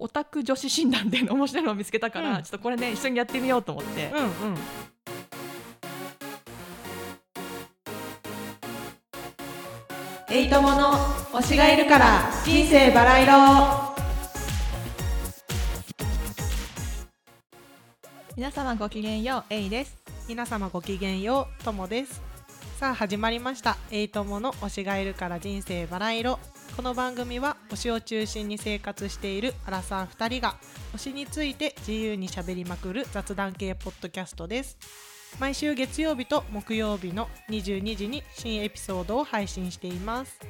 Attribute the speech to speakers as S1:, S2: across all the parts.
S1: オタク女子診断で面白いのを見つけたから、
S2: うん
S1: ちょっとこれね一緒にやってみようと思って、
S2: うんうん
S3: エイトモの推しがいるから人生バラ色
S1: 皆様ごきげんようエイです
S2: 皆様ごきげんようともですさあ始まりましたエイトモの推しがいるから人生バラ色この番組は推しを中心に生活しているアラサー2人が推しについて自由にしゃべりまくる雑談系ポッドキャストです毎週月曜日と木曜日の22時に新エピソードを配信しています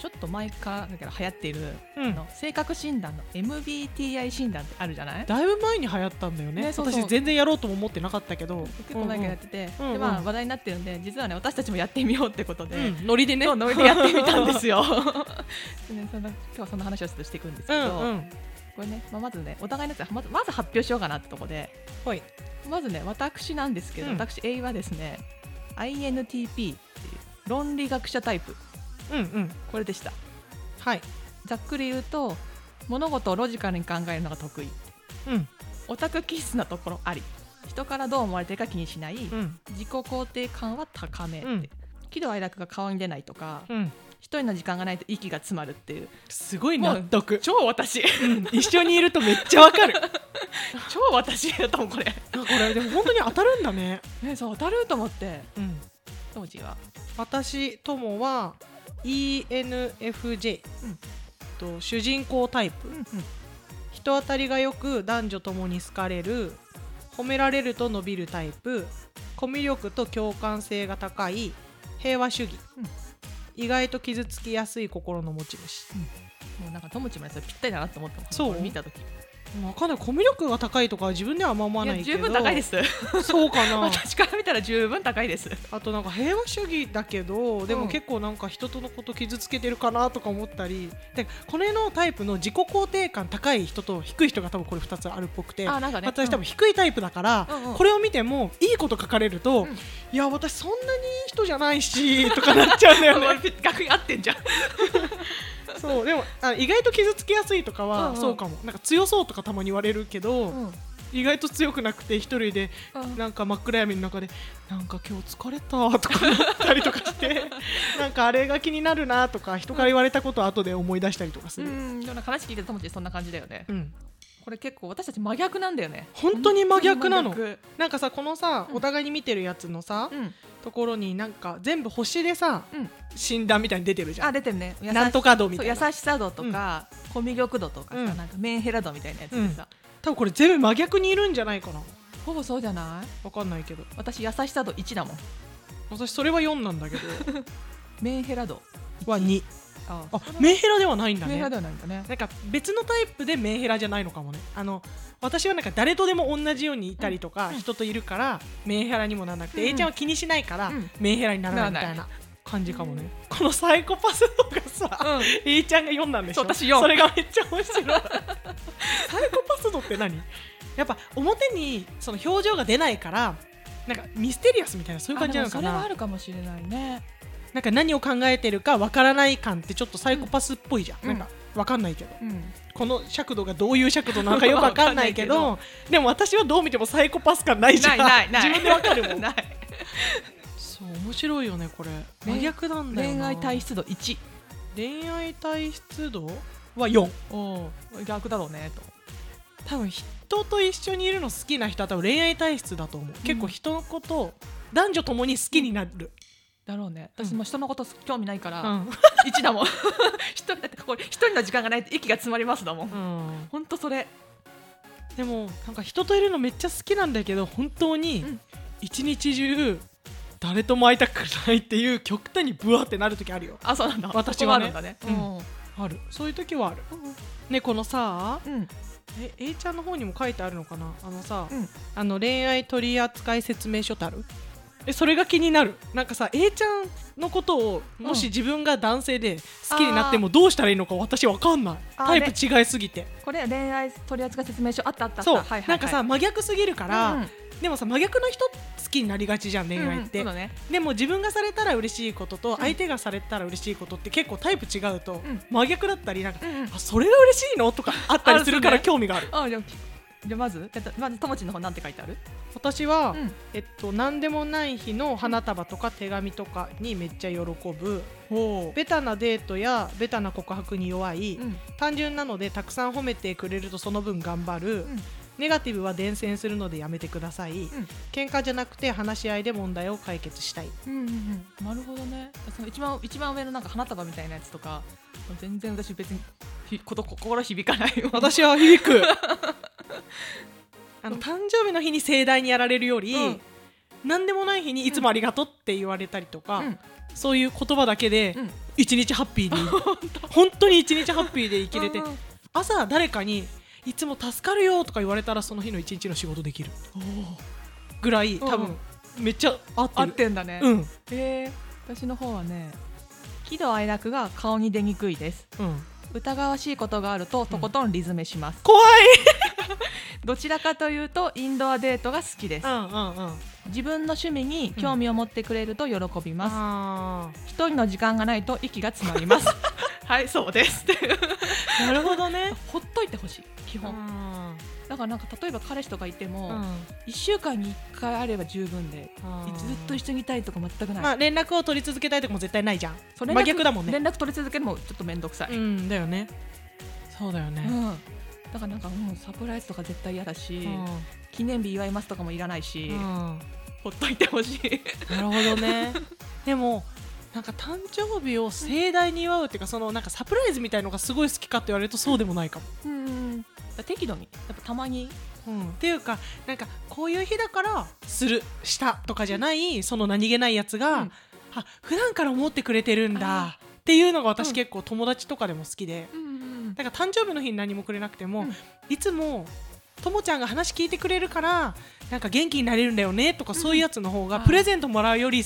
S1: ちょっと前からだから流行っている、
S2: うん
S1: あの性格診断の MBTI 診断ってあるじゃない
S2: だいぶ前に流行ったんだよね
S1: ねそうそう
S2: 私全然やろうとも思ってなかったけど
S1: 結構前からやってて、
S2: うんうん
S1: で
S2: うん
S1: ま
S2: う
S1: あ
S2: ん
S1: 話題になってるんで実はね私たちもやってみようってことで、
S2: うん、ノリでね
S1: そうノリでやってみたんですよ。 でねそんな今日はそんな話をちょっとしていくんですけ
S2: うん
S1: ど、
S2: うん
S1: これね、まあ、まずねお互いのやつまずまず発表しようかなってとこで
S2: ほい
S1: まずね私なんですけど、
S2: うん
S1: 私 A はですね INTP っていう論理学者タイプ
S2: うんうん
S1: これでした
S2: はい
S1: ざっくり言うと物事をロジカルに考えるのが得意
S2: うん
S1: オタク気質なところあり人からどう思われてるか気にしない、
S2: うん
S1: 自己肯定感は高めって、
S2: うん
S1: 喜怒哀楽が顔に出ないとか
S2: うん
S1: 一人の時間がないと息が詰まるっていう
S2: すごい
S1: もう
S2: 納得
S1: 超私
S2: 一緒にいるとめっちゃわ かる
S1: 超私だと思うこれ、
S2: これでも本当に当たるんだね、
S1: ね、そう当たると思って
S2: うん、
S1: 当時は
S2: 私ともは ENFJ、
S1: うん
S2: と主人公タイプ人当たりがよく男女ともに好かれる褒められると伸びるタイプコミュ力と共感性が高い平和主義、
S1: うん
S2: 意外と傷つきやすい心の持ち主
S1: もうなんか友ちもやつぴったりだなと思ったもん
S2: そう
S1: これ見た時
S2: わかんないコミュ力が高いとかは自分ではあんま思わ
S1: い
S2: な
S1: や
S2: いけ
S1: 十
S2: ど
S1: 分高いです
S2: そうか な
S1: 私から見たら十分高いです
S2: あとなんか平和主義だけどで
S1: う
S2: も
S1: ん
S2: 結構なんか人とのこと傷つけてるかなとか思ったり、でこれのタイプの自己肯定感高い人と低い人が多分これ2つあるっぽくて、
S1: あなん かね
S2: 私多分低いタイプだから、
S1: うんうん
S2: これを見てもいいこと書かれると、
S1: うん
S2: いや私そんなにいい人じゃないしとかなっちゃうんだよ ね
S1: 学に合ってんじゃん
S2: そうでもあ意外と傷つきやすいとか
S1: うん
S2: は
S1: うん
S2: そうかも、なんか強そうとかたまに言われるけど、意外と強くなくて一人で
S1: うん
S2: なんか真っ暗闇の中でなんか今日疲れたとか思ったりとかして なんかあれが気になるなとか人から言われたことを後で思い出したりとかす
S1: う
S2: る、
S1: んでもなんか話聞いてた友達そんな感じだよね
S2: うん
S1: これ結構私たち真逆なんだよね
S2: 本当に真逆なの
S1: 本当に
S2: なんかさこのさ
S1: うん
S2: お互いに見てるやつのさ、
S1: 真逆
S2: ところになんか全部星でさ、
S1: うん
S2: 診断みたいに出てるじ
S1: うん
S2: ゃ
S1: あ
S2: ん
S1: 出てるね優し
S2: なんとか度み
S1: そ
S2: た
S1: う
S2: い
S1: 優
S2: な
S1: しさ度とかコミュ力度とかさ
S2: うん
S1: なんかメンヘラ度みたいなやつでさ
S2: 多分これ全部真逆にいるんじゃないかな
S1: ほぼそうじゃない
S2: わかんないけ ど
S1: 私優しさ度1だもん
S2: 私それは4なんだけど
S1: メンヘラ度
S2: は2
S1: あ
S2: あメンヘラではないんだ
S1: メンヘ
S2: ね
S1: ラ度なんだね
S2: なんか別のタイプでメンヘラじゃないのかもねあの私はなんか誰とでも同じようにいたりとか、人といるからメンヘラにもならなくて、
S1: うん
S2: A ちゃんは気にしないから、
S1: うん
S2: メンヘラにならないみた
S1: ないらな
S2: な感じかもね、このサイコパス度がさ、
S1: うん
S2: A ちゃんが4なんでしょ
S1: そう私4
S2: それがめっちゃ面白いサイコパス度って何やっぱ表にその表情が出ないからなんかミステリアスみたいなそういう感じなのか
S1: あでもそれは
S2: な
S1: あるかもしれないね
S2: なんか何を考えてるかわからない感ってちょっとサイコパスっぽいじゃん、
S1: うん
S2: なんかわかんないけど
S1: うん
S2: この尺度がどういう尺度なのかよくわかんないけ
S1: わ
S2: どでも私はどう見てもサイコパス感ないじゃ
S1: ない
S2: ん
S1: ないない
S2: 自分でわかるもん
S1: ない
S2: そう面白いよねこれ真逆なんだよ
S1: 恋
S2: な
S1: 愛体質度1
S2: 恋愛体質度は4
S1: お逆だろうねと
S2: 多分人と一緒にいるの好きな人は多分恋愛体質だと思う、結構人のことを男女ともに好きになる、
S1: だろうね
S2: うん
S1: 私も人のこと興味ないか
S2: う
S1: ら
S2: ん
S1: 1だもん 一人だってこれ一人の時間がないと息が詰まりますだもんほんとそれ
S2: でもなんか人といるのめっちゃ好きなんだけど本当に
S1: うん
S2: 一日中誰とも会いたくないっていう極端にブワってなる時あるよ
S1: あそうなんだ
S2: 私はね
S1: そこあるんだね
S2: うんあるそういう時はあるねこのさ
S1: うんうん
S2: え A ちゃんの方にも書いてあるのかなあのさ、
S1: うん
S2: あの恋愛取扱説明書ってあるえそれが気になるなんかさ A ちゃんのことをもし
S1: うん
S2: 自分が男性で好きになってもどうしたらいいのか私わかんない
S1: あー
S2: タイプ違いすぎて、
S1: これ恋愛取扱説明書あったあったあった
S2: そう、
S1: はいはいはい
S2: なんかさ真逆すぎるから、
S1: うんうん
S2: でもさ真逆の人好好きになりがちじゃん恋愛って、
S1: うんうんそうだね
S2: でも自分がされたら嬉しいことと相手がされたら嬉しいことって結構タイプ違うと
S1: うん
S2: 真逆だったりなんか、
S1: うんうん
S2: あそれが嬉しいのとかあったりするから
S1: あるするね
S2: 興味がある
S1: あじゃあじゃあまずえっとまずともちんの方なんて書いてある
S2: 私は、
S1: うん
S2: えっと何でもない日の花束とか手紙とかにめっちゃ喜ぶ
S1: ほ
S2: ベタなデートやベタな告白に弱い、
S1: うん
S2: 単純なのでたくさん褒めてくれるとその分頑張る、
S1: うん
S2: ネガティブは伝染するのでやめてください、
S1: ん
S2: 喧嘩じゃなくて話し合いで問題を解決したい
S1: うんうんうんなるほどねその一番一番上のなんか花束みたいなやつとか全然私別にひこと心響かないよ
S2: 私は響く あの誕生日の日に盛大にやられるより、
S1: うん
S2: 何でもない日にいつもありがとうって言われたりとか、
S1: うん
S2: そういう言葉だけで
S1: うん
S2: 一日ハッ ピーに本当に一日ハッピーで生きれて
S1: うんうん
S2: 朝誰かにいつも助かるよとか言われたらその日の一日の仕事できるぐらい多
S1: う
S2: 分
S1: ん
S2: めっちゃ合って
S1: 合っ
S2: る
S1: てんだね、
S2: うん
S1: えー私の方はね喜怒哀楽が顔に出にくいです
S2: うん
S1: 疑わしいことがあるととことんリズめします、
S2: 怖い
S1: どちらかというとインドアデートが好きです
S2: んうんうん
S1: 自分の趣味に興味を持ってくれると喜びます、
S2: あ
S1: 一人の時間がないと息が詰まり ますはいそうですっていう
S2: ーなるほどね
S1: ほっといてほしい基
S2: う
S1: 本、
S2: ん
S1: だからなんか例えば彼氏とかいて
S2: う
S1: も、
S2: ん
S1: 一週間に一回あれば十分で
S2: あー
S1: ずっと一緒にいたいとか全くない、
S2: まあ連絡を取り続けたいとかも絶対ないじゃん
S1: そう連絡
S2: 真逆だもんね
S1: 連絡取り続けるのもちょっと面倒くさい、
S2: うんだよねそうだよ
S1: う
S2: ね
S1: んだからなんかもうサプライズとか絶対嫌だし、
S2: うん
S1: 記念日祝いますとかもいらないし、
S2: うん
S1: ほっといてほしい
S2: なるほどね でもなんか誕生日を盛大に祝うっていうかそのなんかサプライズみたいのがすごい好きかって言われるとそうでもないかも、
S1: うん適度にやっぱたまに
S2: うん、っていうかなんかこういう日だからするしたとかじゃないその何気ないやつが、
S1: うん
S2: あ普段から思ってくれてるんだっていうのが私結構友達とかでも好きで、だから誕生日の日に何もくれなくても、
S1: うん
S2: いつもともちゃんが話聞いてくれるからなんか元気になれるんだよねとかそういうやつの方が、
S1: うん
S2: プレゼントもらうより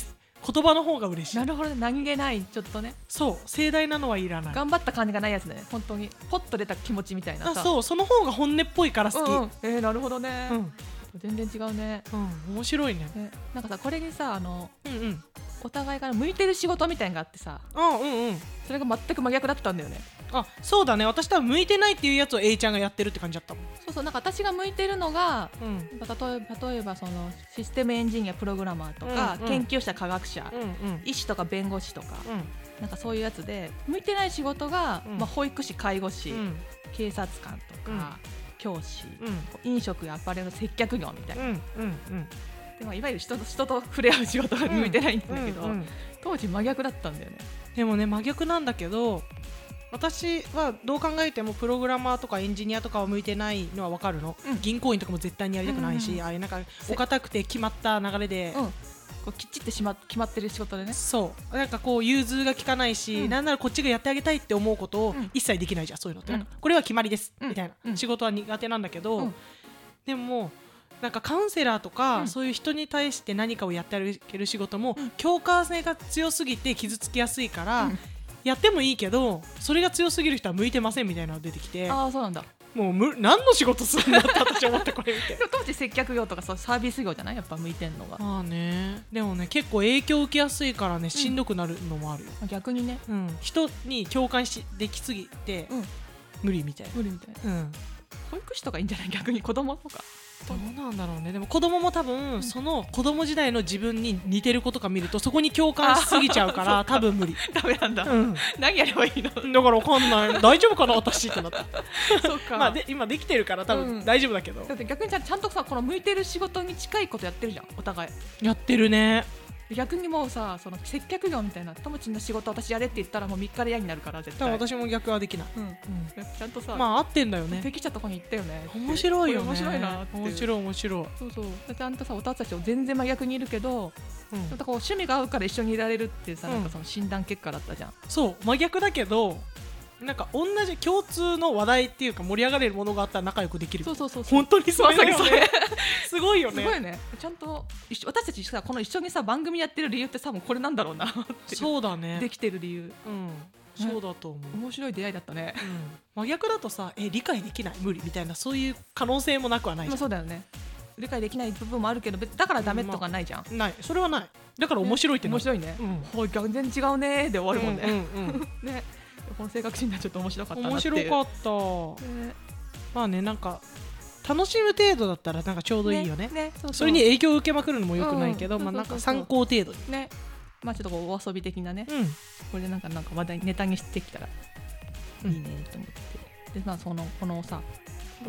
S2: 言葉の方が嬉しい
S1: なるほどね何気ないちょっとね
S2: そう盛大なのはいらない
S1: 頑張った感じがないやつだね本当にポッと出た気持ちみたいな
S2: あ
S1: さ
S2: そうその方が本音っぽいから好き、
S1: うんうんえーなるほどね、
S2: うん
S1: 全然違うね
S2: うん、面白いね
S1: ねなんかさこれにさあの
S2: うんうん
S1: お互いから向いてる仕事みたいなのがあってさ
S2: あうんうん
S1: それが全く真逆だったんだよね
S2: あそうだね私多分向いてないっていうやつを A ちゃんがやってるって感じだったも
S1: そうそうなんか私が向いてるのが
S2: んうん
S1: 例えば例えばそのシステムエンジニアプログラマーとか、
S2: うんうん
S1: 研究者科学者、
S2: うんうん
S1: 医師とか弁護士とか
S2: うん
S1: なんかそういうやつで向いてない仕事が、
S2: うん
S1: まあ、保育士介護士、
S2: うん
S1: 警察官とか、教師、
S2: うん
S1: 飲食やアパレルの接客業みたいな、
S2: うんうんうん
S1: でまあ、いわゆる人と人と触れ合う仕事が向いてないんだけど、
S2: うんうん
S1: 当時真逆だったんだよね。
S2: でもね真逆なんだけど私はどう考えてもプログラマーとかエンジニアとかは向いてないのは分かるの、
S1: うん
S2: 銀行員とかも絶対にやりたくないし、
S1: うんうん
S2: ああいうなんかお堅くて決まった流れで
S1: うん、こうきっちりしま決まってる仕事でね
S2: そうなんかこう融通が利かないし、
S1: うん
S2: なんならこっちがやってあげたいって思うことを
S1: うん
S2: 一切できないじゃんそういうのって、
S1: うん
S2: なんかこれは決まりです、
S1: うん
S2: みたいな、
S1: うん
S2: 仕事は苦手なんだけど、
S1: うん
S2: でもなんかカウンセラーとか、
S1: うん
S2: そういう人に対して何かをやってあげる仕事も、共感性が強すぎて傷つきやすいから、
S1: うん
S2: やってもいいけどそれが強すぎる人は向いてませんみたいなのが出てきて
S1: ああそうなんだ
S2: もうむ何の仕事するんだって私思ってこれ見て
S1: で。も当時接客業とかそうサービス業じゃないやっぱ向いてんのが、ま
S2: まあね、でもね結構影響受けやすいからねしんどくなるのもあるよ、
S1: あ逆にね
S2: うん、人に共感しできすぎて、
S1: うん
S2: 無理みたい
S1: 無理みたいな
S2: な、うん、
S1: 保育士とかいいんじゃない逆に子供とか
S2: どうなんだろうねでも子供も多分、
S1: ん
S2: その子供時代の自分に似てる子とか見るとそこに共感しすぎちゃうから多分無理、
S1: ダメなんだ、
S2: うん、
S1: 何やればい いの
S2: だからわかんない大丈夫かな私ってなった
S1: そうか、
S2: まあで今できてるから多
S1: う
S2: 分
S1: ん
S2: 大丈夫だ けど、
S1: だって逆にちゃんちゃんとさこの向いてる仕事に近いことやってるじゃんお互い
S2: やってるね
S1: 逆にもうさその接客業みたいな友達の仕事私やれって言ったらもう3日で嫌になるから絶
S2: 多
S1: 対
S2: 分私も逆はできない、
S1: うん、ちゃんとさ、
S2: まあ合ってんだよね
S1: 適したとこに行ったよね
S2: 面白いよ
S1: こ
S2: ね
S1: れ面白いなっていう
S2: 面白い面白い、
S1: そうそうちゃんとさおたたちも全然真逆にいるけど
S2: うん
S1: ちょっとこう趣味が合うから一緒にいられるっていうさ、
S2: うん
S1: なんかその診断結果だったじゃん
S2: そう真逆だけどなんか同じ共通の話題っていうか盛り上がれるものがあったら仲良くできる
S1: そうそうそうそう
S2: 本当にそ
S1: ま
S2: れだ
S1: さに
S2: よね
S1: それ
S2: すごいよ
S1: す
S2: ね
S1: ごいねちゃんと一緒私たちさこの一緒にさ番組やってる理由ってさもうこれなんだろうなっていう
S2: そうだね
S1: できてる理由
S2: うんそうだと思う、
S1: 面白い出会いだったね
S2: うん真逆だとさえ理解できない無理みたいなそういう可能性もなくはないじ
S1: ま
S2: ゃ
S1: あ
S2: ん
S1: そうだよね理解できない部分もあるけど別だからダメとかないじゃん、
S2: ないそれはないだから面白いってな
S1: 面
S2: る
S1: 白いね、
S2: うん
S1: ほい全然違うねーで終わるもんね、
S2: うんうんうん
S1: ねこの性格診断ちょっと面白かったな
S2: 面
S1: っていう
S2: 白かった
S1: ね
S2: まあねなんか楽しむ程度だったらなんかちょうどいいよね
S1: ねそうそう
S2: それに影響を受けまくるのもよくないけど、
S1: うん
S2: ま
S1: う
S2: あ
S1: ん
S2: なん
S1: そ
S2: か
S1: うそうそう
S2: 参考程度に
S1: ねまあちょっとこうお遊び的なね、
S2: うん
S1: これでなんかなんか話題ネタにしてきたらいいねと思って、でまあそのこのさ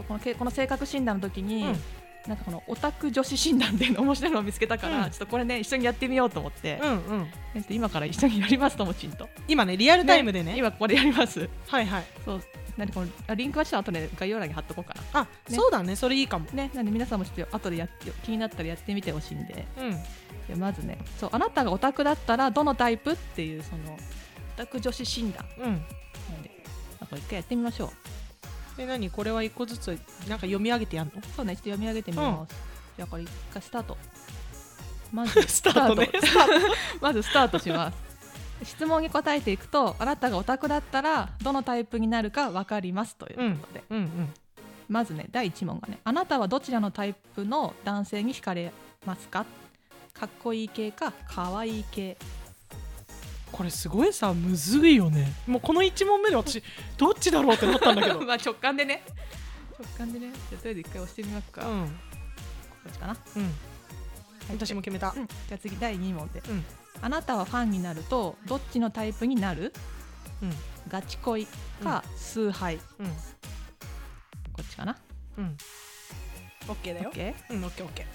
S1: このけこの性格診断の時に、
S2: うん
S1: なんかこのオタク女子診断っていうの面白いのを見つけたから、
S2: うん
S1: ちょっとこれね一緒にやってみようと思って、
S2: うんうん
S1: ちょっと今から一緒にやりますともちんと
S2: 今ねリアル タイムでね
S1: 今これやります
S2: はいはい
S1: そうなんでこのあリンクはちょっと後で概要欄に貼っとこうかな
S2: あ、
S1: ね
S2: そうだねそれいいかも
S1: ねなんで皆さんもちょっと後でやって気になったらやってみてほしいんで
S2: うん
S1: でまずねそうあなたがオタクだったらどのタイプっていうそのオタク女子診断
S2: うん
S1: なんで、まあ、これ一回やってみましょう
S2: え何これは一個ずつなんか読み上げて やんの
S1: そうねちょっと読み上げてみます、じゃあこれ一回スタートまず
S2: スタートね
S1: スター トまずスタートします質問に答えていくとあなたがオタクだったらどのタイプになるか分かりますということで、
S2: うんうん
S1: まずね第1問がねあなたはどちらのタイプの男性に惹かれますかかっこいい系かかわいい系
S2: これすごいさむずいよねもうこの1問目で私どっちだろうってなったんだけど う ん
S1: まあ直感でね直感でねじゃあとりあえず一回押してみますか、こっちかな、
S2: うん私も決めた
S1: うんじゃあ次第2問で、
S2: うん
S1: あなたはファンになるとどっちのタイプになる
S2: うん
S1: ガチ恋か崇拝、
S2: うん
S1: こっちかな
S2: うんオッケーだよ
S1: OK
S2: うんオッケーオッケ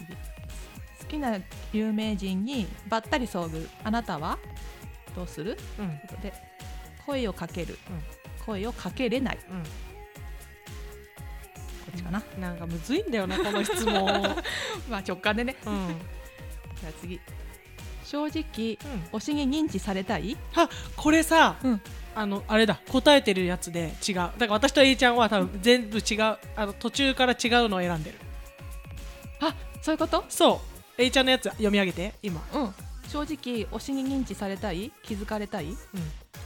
S2: ー
S1: 好きな有名人にばったり遭遇あなたはどうする
S2: うん
S1: で声をかける、声をかけれないこ
S2: うん
S1: っちかな、
S2: なんかむずいんだよなこの質問
S1: まあ直感でね
S2: うんうん
S1: じゃあ次正直推しに認知されたい
S2: あこれさ、
S1: うん
S2: あのあれだ答えてるやつで違うだから私と A ちゃんは多分全部違うあの途中から違うのを選んでる
S1: あそういうこと
S2: そう A ちゃんのやつ読み上げて今、
S1: うん正直推しに認知されたい気づかれたい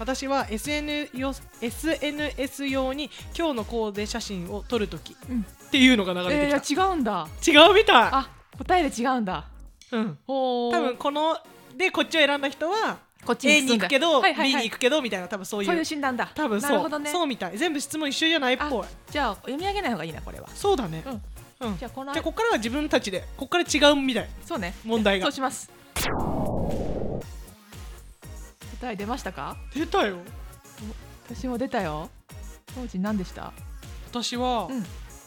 S2: 私は SN よ SNS 用に今日のコーデ写真を撮るときっ
S1: うん
S2: ていうのが流れ
S1: え
S2: て
S1: ー、
S2: き
S1: いや違うんだ
S2: た、違うみた
S1: あ答えで違うんだ
S2: い、うん、
S1: ほー
S2: 多分このでこっちを選んだ人は
S1: こっち
S2: A
S1: に
S2: に
S1: 進ん
S2: 行
S1: だ
S2: くけど、
S1: はいはいはい
S2: B に行くけどみたいな多分そういう
S1: そういう診断だ
S2: 多分そう
S1: なるほどね
S2: そうみたい全部質問一緒じゃないっぽい
S1: じゃあ読み上げない方がいいなこれは
S2: そうだね
S1: うん
S2: うん
S1: じゃあこの
S2: じゃあここからは自分たちでここから違うみたい
S1: そうね
S2: 問題
S1: そ
S2: が
S1: うします答え出ましたか
S2: 出たよ
S1: 私も出たよ当時何でした
S2: 私は、
S1: うん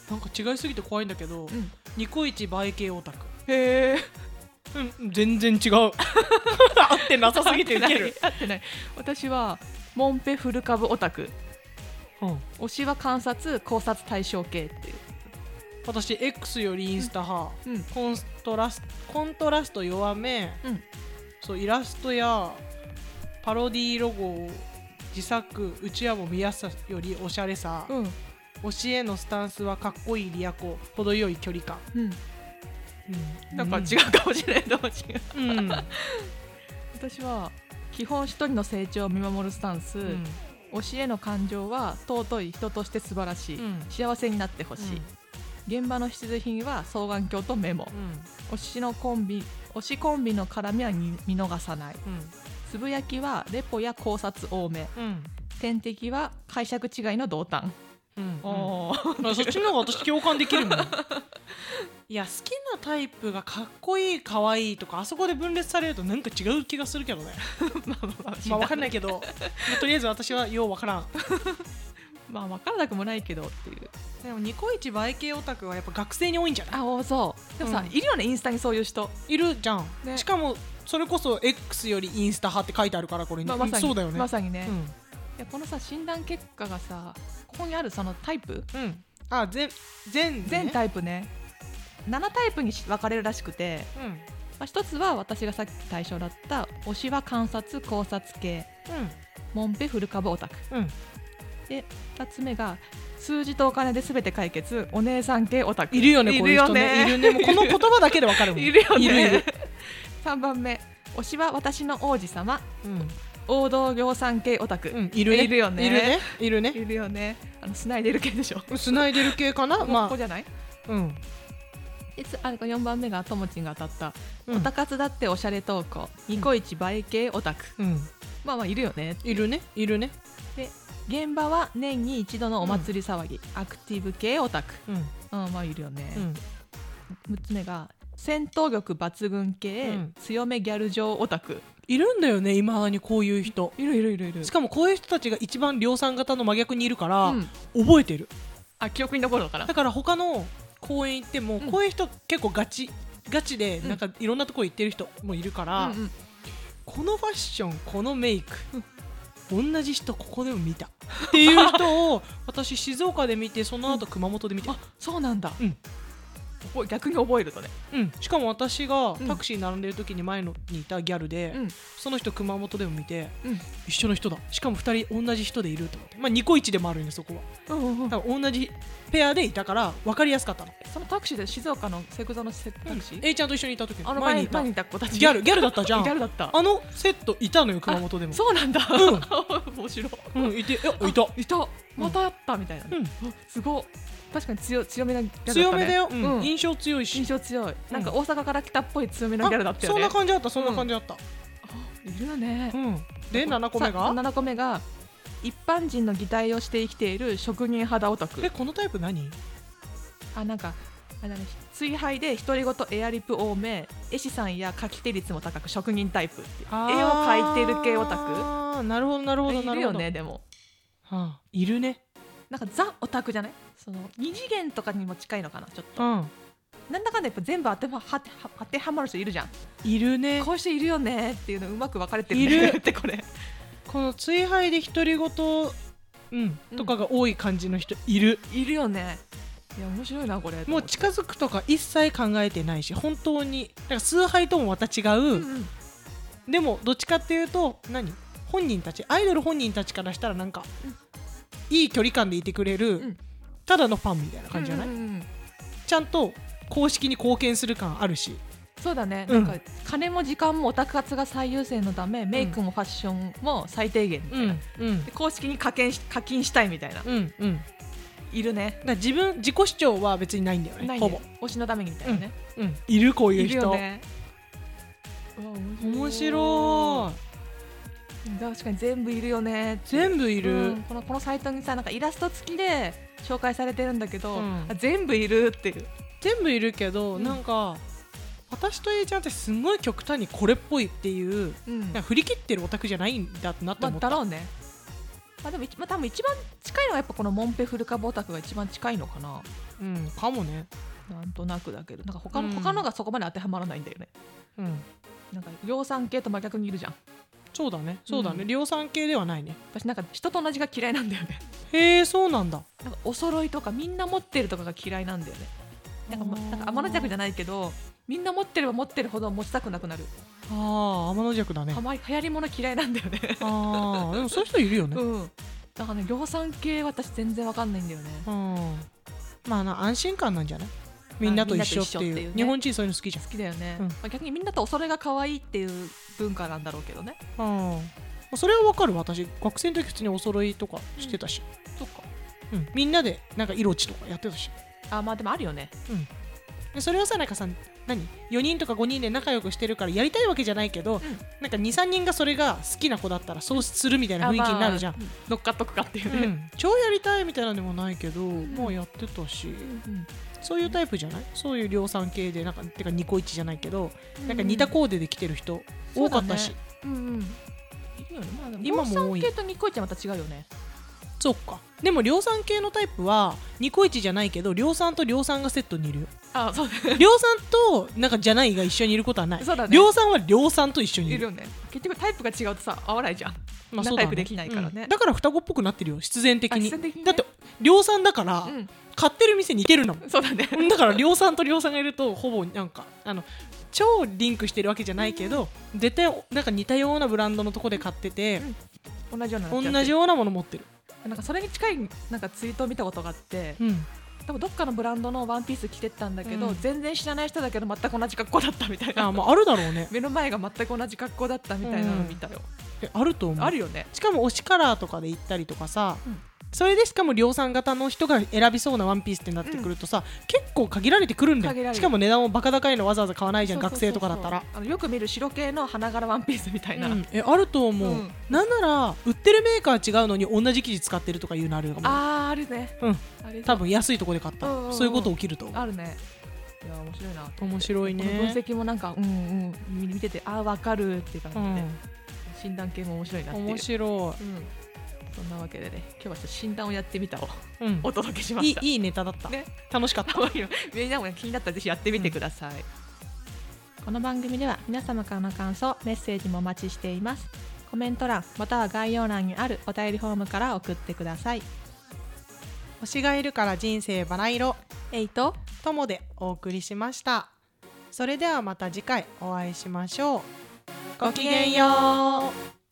S2: なんか違いすぎて怖いんだけど、
S1: ん
S2: ニコイチ映え系オタク
S1: へえ
S2: うん全然違う 合ってなさすぎてウケる、
S1: 合ってない私はモンペフル株オタク
S2: うん、
S1: 推しは観察考察対象系っていう
S2: 私 X よりインスタ派、
S1: うん
S2: コントラスコントラスト弱め、
S1: うん
S2: そうイラストやパロディロゴを自作うちわも見やすさよりおしゃれさ、
S1: うん
S2: 推しへのスタンスはかっこいいリアコ程よい距離感、
S1: なんか違うかもしれないどうも違う
S2: うん、うん
S1: 私は基本一人の成長を見守るスタンス、推しへの感情は尊い人として素晴らしい、
S2: うん
S1: 幸せになってほしい、現場の必需品は双眼鏡とメモ
S2: うん
S1: 推しのコンビ推しコンビの絡みはに見逃さない
S2: うん
S1: つぶやきはレポや考察多め
S2: うん
S1: 天敵は解釈違いの同担、
S2: うん
S1: おー
S2: まあそっちの方が私共感できるもん いや好きなタイプがかっこいい可愛いとかあそこで分裂されるとなんか違う気がするけど ね
S1: まあまあ
S2: まあ分
S1: わ
S2: かんないけど、まあとりあえず私はよう分からん
S1: まあ分からなくもないけどっていう
S2: でもニコイチ映え系オタクはやっぱ学生に多いんじゃない
S1: あおーそうでもさ、
S2: うん
S1: いるよねインスタにそういう人
S2: いるじゃん、
S1: ね
S2: しかもそれこそ X よりインスタ派って書いてあるからこれに、
S1: まあ、まさに
S2: そうだよね、
S1: まさにね、い
S2: うん
S1: やこのさ診断結果がさここにあるそのタイプ
S2: うんあ全全
S1: 全
S2: イ
S1: タイプね7タイプにし分かれるらしくて、
S2: うんうん
S1: まあ、一つは私がさっき対象だった推しは観察考察系モンペフル株オタク
S2: うん
S1: 2つ目が数字とお金で全て解決お姉さん系オタク
S2: いるよねこういう人
S1: い
S2: ね
S1: る
S2: い
S1: よ
S2: る
S1: ね
S2: ねもうこの言葉だけで分かるもん
S1: いるよね
S2: いる いる、
S1: 3番目推しは私の王子様
S2: うん
S1: 王道量産系オタク、
S2: うん、いるね
S1: いるよね
S2: いるねいるね
S1: いるよねあのスナイデル系でしょ
S2: スナイデル系かな
S1: まあ、こ
S2: ま
S1: こじゃない
S2: あうん
S1: でつあこれ4番目がともちんが当たった、
S2: うん
S1: オタ活だっておしゃれ投稿ニコイチ映え系オタク、
S2: うん、
S1: まあまあいるよね
S2: いるねいるね
S1: 現場は年に一度のお祭り騒ぎ、アクティブ系オタク、
S2: うん
S1: うん、まあいるよね、
S2: うん
S1: 6つ目が戦闘力抜群系、
S2: うん
S1: 強めギャル上オタク
S2: いるんだよね今にこういう人
S1: いるいるいるいる
S2: しかもこういう人たちが一番量産型の真逆にいるから、
S1: うん
S2: 覚えてる
S1: あ記憶に残るのかな
S2: だから他の公園行っても、
S1: うん
S2: こういう人結構ガチガチで
S1: うん
S2: なんかいろんなとこ行ってる人もいるから、
S1: うんうん
S2: このファッションこのメイク、同じ人ここでも見 たっていう人を私静岡で見てその後熊本で見て、
S1: あそうなんだ、
S2: うん
S1: 覚え逆に覚えるとね、
S2: うん、しかも私が
S1: うん
S2: タクシー並んでる時に前のにいたギャルで、
S1: うん
S2: その人熊本でも見て
S1: うん
S2: 一緒の人だしかも2人同じ人でいると思ってまあニコイチでもあるんでそこは
S1: うんうん、
S2: だから同じペアでいたから分かりやすかったの、
S1: そのタクシーで静岡のセクゾのセタクシー、
S2: A ちゃんと一緒にいた時
S1: あの
S2: の前
S1: 前
S2: に
S1: に
S2: いた
S1: 前にいた子たち
S2: ギャルギャルだったじゃん
S1: ギャルだった
S2: あのセットいたのよ熊本でも
S1: そうなんだ、面白い、
S2: うんいてえいた
S1: いたまたやったみたいな、
S2: うん
S1: あすごい確かに強強めなギャルだった、ね、
S2: 強めだよ、うん
S1: うん
S2: 印象強い
S1: 印
S2: し
S1: 象強いなんか大阪から来たっぽい強めのギャルだった
S2: あ
S1: よ
S2: そん
S1: ね
S2: な感じだったそんな感じだった、
S1: いるよね
S2: うんで7個目
S1: さ
S2: が
S1: 7個目が一般人の擬態をして生きている職人肌オタク
S2: えこのタイプ何
S1: あなんかあれだね追敗で独り言エアリップ多め絵師さんや書き手率も高く職人タイプっていう絵を描いてる系オタク
S2: あーなるほどなるほど
S1: い
S2: な
S1: る
S2: るほ
S1: よ
S2: ど
S1: ねでも
S2: はあいるね
S1: なんかザオタクじゃないその二次元とかにも近いのかなちょっ
S2: う
S1: と
S2: ん
S1: なんだかんだやっぱ全部当てはは当てはまる人いるじゃん
S2: いるね
S1: こういう人いるよねっていうのうまく分かれてるね
S2: い る
S1: ってこれ
S2: この追敗で独り言うん
S1: うん
S2: とかが多い感じの人いる、
S1: いるよねいや面白いなこれ
S2: もう近づくとか一切考えてないし本当にだから崇拝ともまた違う、
S1: うんうん
S2: でもどっちかっていうと何本人たちアイドル本人たちからしたらなんか、いい距離感でいてくれる、
S1: ん
S2: ただのファンみたいな感じじゃない、
S1: うんうんうん
S2: ちゃんと公式に貢献する感あるし
S1: そうだね、
S2: うん
S1: なんか金も時間もオタク活が最優先のため、メイクもファッションも最低限みたいな、
S2: うん
S1: で公式に課金し課金したいみたいな、
S2: うんうんだか
S1: いるね
S2: ら自分自己主張は別にないんだよね
S1: ない
S2: ほぼ
S1: ね、推しのためにみたいなね、
S2: うん、いるこういう
S1: いる
S2: 人
S1: よねうわ
S2: 面白い
S1: い確かに全部いるよね
S2: 全部い
S1: う
S2: る、
S1: んこのこのサイトにさなんかイラスト付きで紹介されてるんだけど、
S2: うん
S1: あ全部いるっていう
S2: 全部いるけど、
S1: うん
S2: なんか私と A ちゃんってすごい極端にこれっぽいっていう
S1: うん
S2: なんか振り切ってるオタクじゃないんだなと
S1: まあ、
S2: 思った、
S1: だろうね。まあ、でも一、まあ、多分一番近いのはやっぱこのモンペフルカボオタクが一番近いのかな。
S2: うんかもね
S1: なんとなくだけど、なんか他の、
S2: うん
S1: 他のがそこまで当てはまらないんだよね。
S2: うん
S1: なんか量産系と真逆にいるじゃん。
S2: そうだねそうだね、
S1: うん
S2: 量産系ではないね
S1: 私なんか人と同じが嫌いなんだよね。
S2: へえそうなんだ
S1: なんかお揃いとかみんな持ってるとかが嫌いなんだよね。なんかま
S2: あー
S1: なんか天の弱じゃないけど、みんな持ってれば持ってるほど持ちたくなくなる。
S2: ああ天の弱だね
S1: はまり流行り物嫌いなんだよ ね。
S2: ああでもそういう人いるよね
S1: うん。だからね量産系は私全然わかんないんだよね。
S2: うん、まあな安心感なんじゃないみんなと一緒って
S1: み
S2: い
S1: んなと一緒
S2: う
S1: っていうね
S2: 日本人そういうの好きじ
S1: 好きだよね。
S2: うん
S1: まあ、逆にみんなとお揃いが可愛いっていう文化なんだろうけどね。
S2: ゃん、うん、それはわかる私学生の時普通にお揃いとかしてたし、
S1: そっか。
S2: うんみんなでなんか色落ちとかやってたし
S1: あまあでもあるよね。
S2: でそれをさなんかさ何4人とか5人で仲良くしてるからやりたいわけじゃないけど、なんか23人がそれが好きな子だったらそうするみたいな雰囲気になるじゃん
S1: あ、まあ乗っかっとくかっていう
S2: う
S1: ね。
S2: ん超やりたいみたいなのでもないけど、まあやってたし、
S1: うん
S2: そういうタイプじゃないそういう量産系でなんかてかニコイチじゃないけど、なんか似たコーデで来てる人多かったし
S1: そううんうん。いるよね。まあでも
S2: 今
S1: 今
S2: も
S1: も
S2: 多い
S1: 系とニコイチはまた違うよね。
S2: そっかでも量産系のタイプはニコイチじゃないけど量産と量産がセットにいるよ
S1: あそう だね。
S2: 量産となんかじゃないが一緒にいることはない、
S1: そうだね
S2: 量産は量産と一緒にい
S1: い
S2: る
S1: るよね。結局タイプが違うとさ合わないじゃん。
S2: まあそ
S1: 仲
S2: うだね
S1: 良くできないからね
S2: うんだから双子っぽくなってるよ必然的
S1: あ
S2: に
S1: 必然的に
S2: だ
S1: ね
S2: って量産だから、
S1: うん
S2: 買ってる店に行けるの
S1: そうだね。
S2: だから量産と量産がいるとほぼなんかあの超リンクしてるわけじゃないけど、絶対なんか似たようなブランドのとこで買ってて、
S1: 同じようなのやっちゃって
S2: 同じようなもの持ってる、
S1: なんかそれに近いなんかツイートを見たことがあって、
S2: うん、
S1: 多分どっかのブランドのワンピース着てったんだけど、
S2: うん
S1: 全然知らない人だけど全く同じ格好だったみたいな。
S2: あまああるだろうね
S1: 目の前が全く同じ格好だったみたいなの見たよ。
S2: えあると思う
S1: あるよね。
S2: しかも推しカラーとかで行ったりとかさ、
S1: うん
S2: それでしかも量産型の人が選びそうなワンピースってなってくるとさ、結構限られてくるんだ
S1: 限ら
S2: よ
S1: れる
S2: しかも値段もバカ高いのわざわざ買わないじゃん
S1: そう
S2: 学
S1: そうそうそう
S2: 生とかだったら。
S1: あのよく見る白系の花柄ワンピースみたいな、
S2: うんえあると思う、
S1: うん
S2: なんなら売ってるメーカー違うのに同じ生地使ってるとかいうのあるかも
S1: あーあるね
S2: うん
S1: あれ
S2: 多分安いとこで買った、
S1: うんうんうん
S2: そういうこと起きると
S1: あるねいや面白いなと思っ
S2: 面
S1: て
S2: 白
S1: こ
S2: い
S1: の分
S2: ね、
S1: 析もなんかうんうん見見ててああわかるっていう感
S2: う
S1: じで、
S2: ん、
S1: 診断系も面白いなっていう
S2: 面白
S1: うん、そんなわけでね今日はちょっと診断をやってみたを
S2: い、うん
S1: お届けしま
S2: い
S1: し
S2: い
S1: た
S2: いいネタだった、
S1: ね
S2: 楽しかった
S1: 可愛いよみんなもね気になったらぜひやってみてください、この番組では皆様からの感想メッセージもお待ちしていますコメント欄または概要欄にあるお便りフォームから送ってください
S2: 推しがいるから人生バラ色
S1: えいと
S2: ともでお送りしましたそれではまた次回お会いしましょうごきげんよう